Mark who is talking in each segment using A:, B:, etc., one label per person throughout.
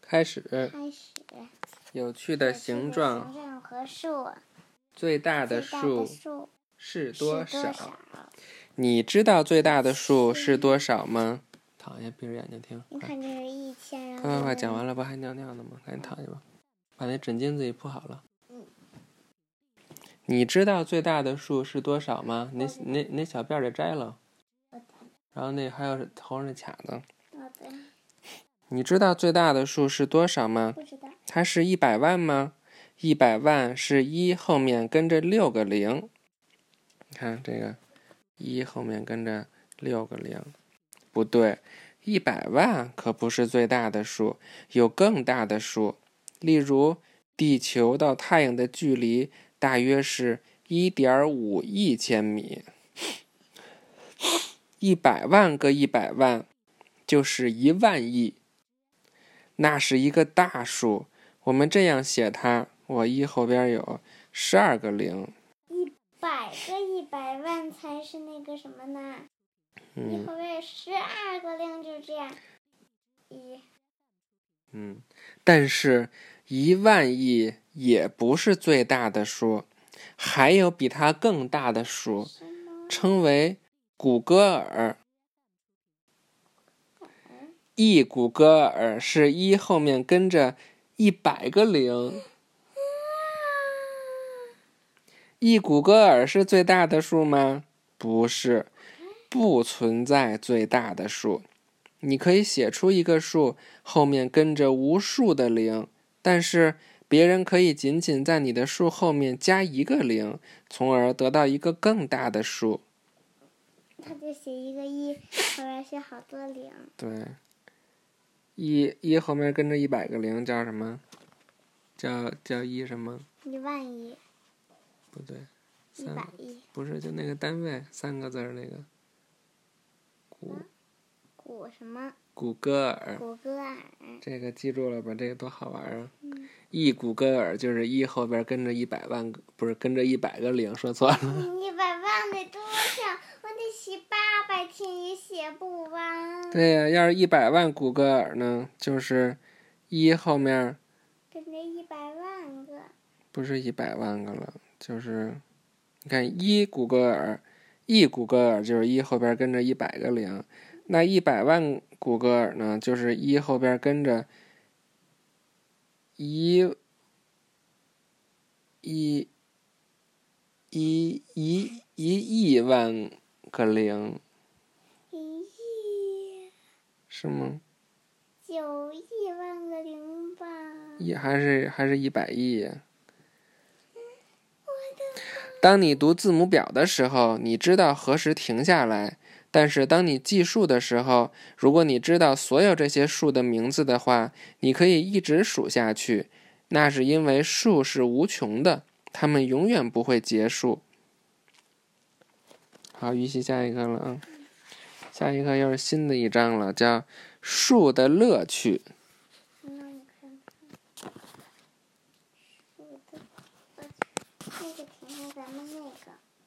A: 开始，
B: 开始。
A: 有趣的形状，
B: 形状和数，
A: 最大的
B: 最大的
A: 数
B: 数
A: 是
B: 是多
A: 多少？你知道最大的数是多少吗？躺下，闭着眼睛听。
B: 你
A: 快
B: 看这是一千，然
A: 快快
B: 后
A: 快，嗯讲完了不还尿尿呢吗？赶紧躺下吧，把那枕巾子也铺好了
B: 嗯。
A: 你知道最大的数是多少吗？那那那小辫儿得摘了，然后那还有头上的卡子。
B: 我的
A: 你知道最大的数是多少吗？
B: 不知道，
A: 它是一百万吗？一百万是一后面跟着六个零，你看这个一后面跟着六个零，不对，一百万可不是最大的数，有更大的数，例如地球到太阳的距离大约是一点五亿千米，一百万个一百万就是一万亿，那是一个大数。我们这样写它，我一后边有十二个零，
B: 百个一百万才是那个什么呢？一
A: 嗯
B: 后面十二个零就这样，一
A: 嗯，但是一万亿也不是最大的数，还有比它更大的数，
B: 什么？
A: 称为古戈尔。一古戈尔是一后面跟着一百个零，一古戈尔是最大的数吗？不是，不存在最大的数。你可以写出一个数，后面跟着无数的零，但是别人可以仅仅在你的数后面加一个零，从而得到一个更大的数。
B: 他就写一个一，后面写好多零，
A: 对，一一后面跟着一百个零叫什么？叫叫一什么？
B: 一万亿，
A: 不对，
B: 一
A: 三
B: 百嗯亿，
A: 不是就那个单位三个字儿那个，古
B: 古什么？
A: 古戈尔，
B: 古啊戈 尔，
A: 这个记住了吧？这个多好玩啊！
B: 嗯
A: 一古戈尔就是一后边跟着一百万个，不是跟着一百个零，说错了。
B: 哎一百万得多少？我得写八百天也写不完。
A: 对呀、要是一百万古戈尔呢，就是一后面
B: 跟着一百万个，
A: 不是一百万个了，就是你看一古戈尔，一古戈尔就是一后边跟着一百个零，那一百万古戈尔呢，就是一后边跟着一一一一一亿万个零，
B: 一亿
A: 是吗？
B: 九亿万个零吧。
A: 一还是还是一百亿？
B: 我的
A: 当你读字母表的时候，你知道何时停下来；但是当你记数的时候，如果你知道所有这些数的名字的话，你可以一直数下去。那是因为数是无穷的，它们永远不会结束。好，预习下一课了啊！下一课又是新的一章了，叫《数的乐趣》。
B: 那你看看，我的，我那个婷婷，咱们那个，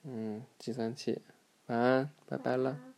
A: 嗯，计算器，晚安，拜拜了。
B: 嗯